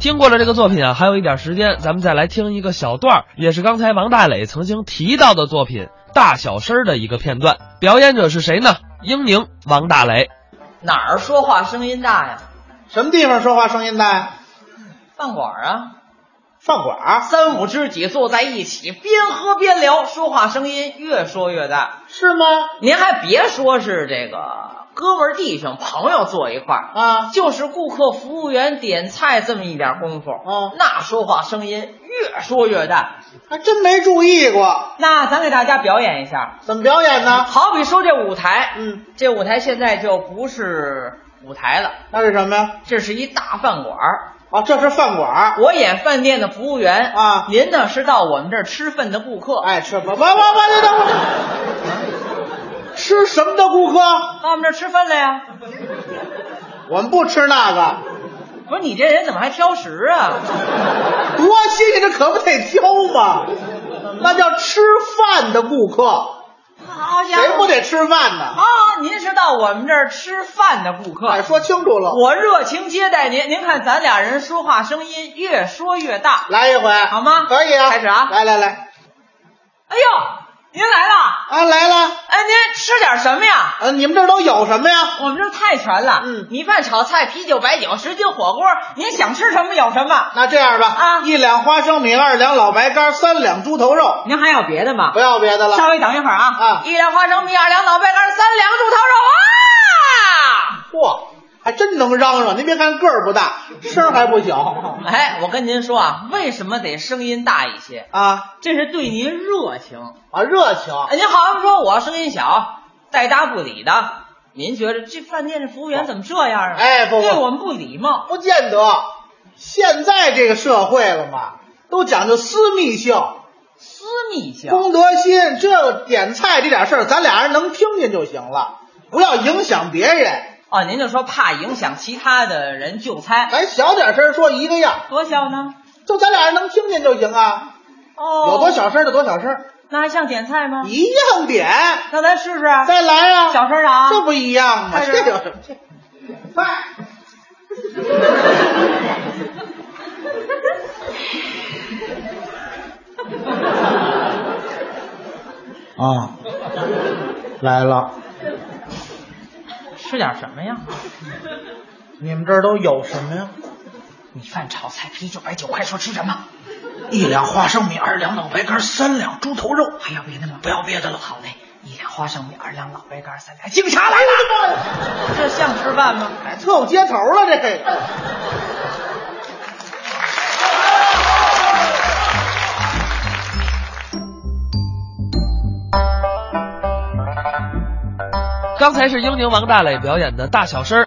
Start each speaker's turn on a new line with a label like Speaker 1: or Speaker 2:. Speaker 1: 听过了这个作品啊，还有一点时间，咱们再来听一个小段儿，也是刚才王大磊曾经提到的作品《大小声》的一个片段。表演者是谁呢？英宁、王大雷。
Speaker 2: 哪儿说话声音大呀？
Speaker 3: 什么地方说话声音大呀？
Speaker 2: 饭馆儿啊，
Speaker 3: 饭馆儿
Speaker 2: 三五知己坐在一起，边喝边聊，说话声音越说越大。
Speaker 3: 是吗？
Speaker 2: 您还别说是这个哥们儿、弟兄、朋友坐一块儿，
Speaker 3: 啊，
Speaker 2: 就是顾客服务员点菜这么一点功夫，
Speaker 3: 哦
Speaker 2: 那说话声音越说越大。
Speaker 3: 还真没注意过，
Speaker 2: 那咱给大家表演一下，
Speaker 3: 怎么表演呢？
Speaker 2: 好比说这舞台，
Speaker 3: 嗯，
Speaker 2: 这舞台现在就不是舞台了，
Speaker 3: 那是什么呀？
Speaker 2: 这是一大饭馆儿。
Speaker 3: 哦，这是饭馆儿。
Speaker 2: 我演饭店的服务员
Speaker 3: 啊
Speaker 2: 您呢是到我们这儿吃饭的顾客，
Speaker 3: 哎，吃不不不不，你等会儿，吃什么的顾客？
Speaker 2: 到我们这儿吃饭了呀？
Speaker 3: 我们不吃那个，
Speaker 2: 不是你这人怎么还挑食啊？
Speaker 3: 多新鲜，这可不得挑吗？那叫吃饭的顾客，
Speaker 2: 好家伙，
Speaker 3: 谁不得吃饭呢？
Speaker 2: 啊？您是到我们这儿吃饭的顾客
Speaker 3: 哎，，说清楚了，
Speaker 2: 我热情接待您。您看咱俩人说话声音越说越大。
Speaker 3: 来一回
Speaker 2: 好吗
Speaker 3: 可以啊，
Speaker 2: 开始啊
Speaker 3: 来来来，
Speaker 2: 哎呦，您来了？
Speaker 3: 啊来了，
Speaker 2: 哎，您吃点什么呀？
Speaker 3: 呃，你们这儿都有什么呀？
Speaker 2: 我们这儿太全了，
Speaker 3: 嗯
Speaker 2: 米饭、炒菜、啤酒、白酒、十斤火锅，您想吃什么有什么。
Speaker 3: 那这样吧，
Speaker 2: 啊
Speaker 3: 一两花生米，二两老白干，三两猪头肉，
Speaker 2: 您还要别的吗
Speaker 3: 不？要别的
Speaker 2: 稍
Speaker 3: 了。
Speaker 2: 微等一会儿啊！
Speaker 3: 啊
Speaker 2: 一两花生米，二两脑白干，三两猪头肉
Speaker 3: 嚯，还真能嚷嚷！您别看个儿不大，声儿还不小
Speaker 2: 啊！哎，我跟您说啊，为什么得声音大一些？
Speaker 3: 啊
Speaker 2: 这是对您热情。
Speaker 3: 啊，热情
Speaker 2: 哎您好像说我声音小，带搭不理的，您觉得这饭店这服务员怎么这样啊？
Speaker 3: 哎不不
Speaker 2: 对我们不礼貌。
Speaker 3: 不见得。现在这个社会了嘛，都讲究私密性、
Speaker 2: 私密性，
Speaker 3: 公德心。这个点菜这点事儿，咱俩人能听见就行了，不要影响别人。
Speaker 2: 哦，您就说怕影响其他的人就餐，
Speaker 3: 咱小点声说一个样，
Speaker 2: 多小呢？
Speaker 3: 就咱俩人能听见就行啊。
Speaker 2: 哦，
Speaker 3: 有多？小声就多小声，
Speaker 2: 那还像点菜吗？
Speaker 3: 一样点。
Speaker 2: 那咱试试啊，
Speaker 3: 再来啊！
Speaker 2: 小声点啊！
Speaker 3: 这不一样吗？
Speaker 2: 开始
Speaker 3: 这有什么？这快！ 啊，来了！
Speaker 2: 吃点什么呀？
Speaker 3: 你们这儿都有什么呀？
Speaker 2: 米饭、炒菜、啤酒、白酒，快说吃什么？
Speaker 3: 一两花生米，二两脑白干，三两猪头肉。
Speaker 2: 还哎要别的吗？
Speaker 3: 不要别的了
Speaker 2: 好嘞，一两花生米，二两老白干，三两……警察来了！这像吃饭吗？
Speaker 3: 哎，特务接头了，这个
Speaker 1: 刚才是英宁、王大磊表演的《大小声》，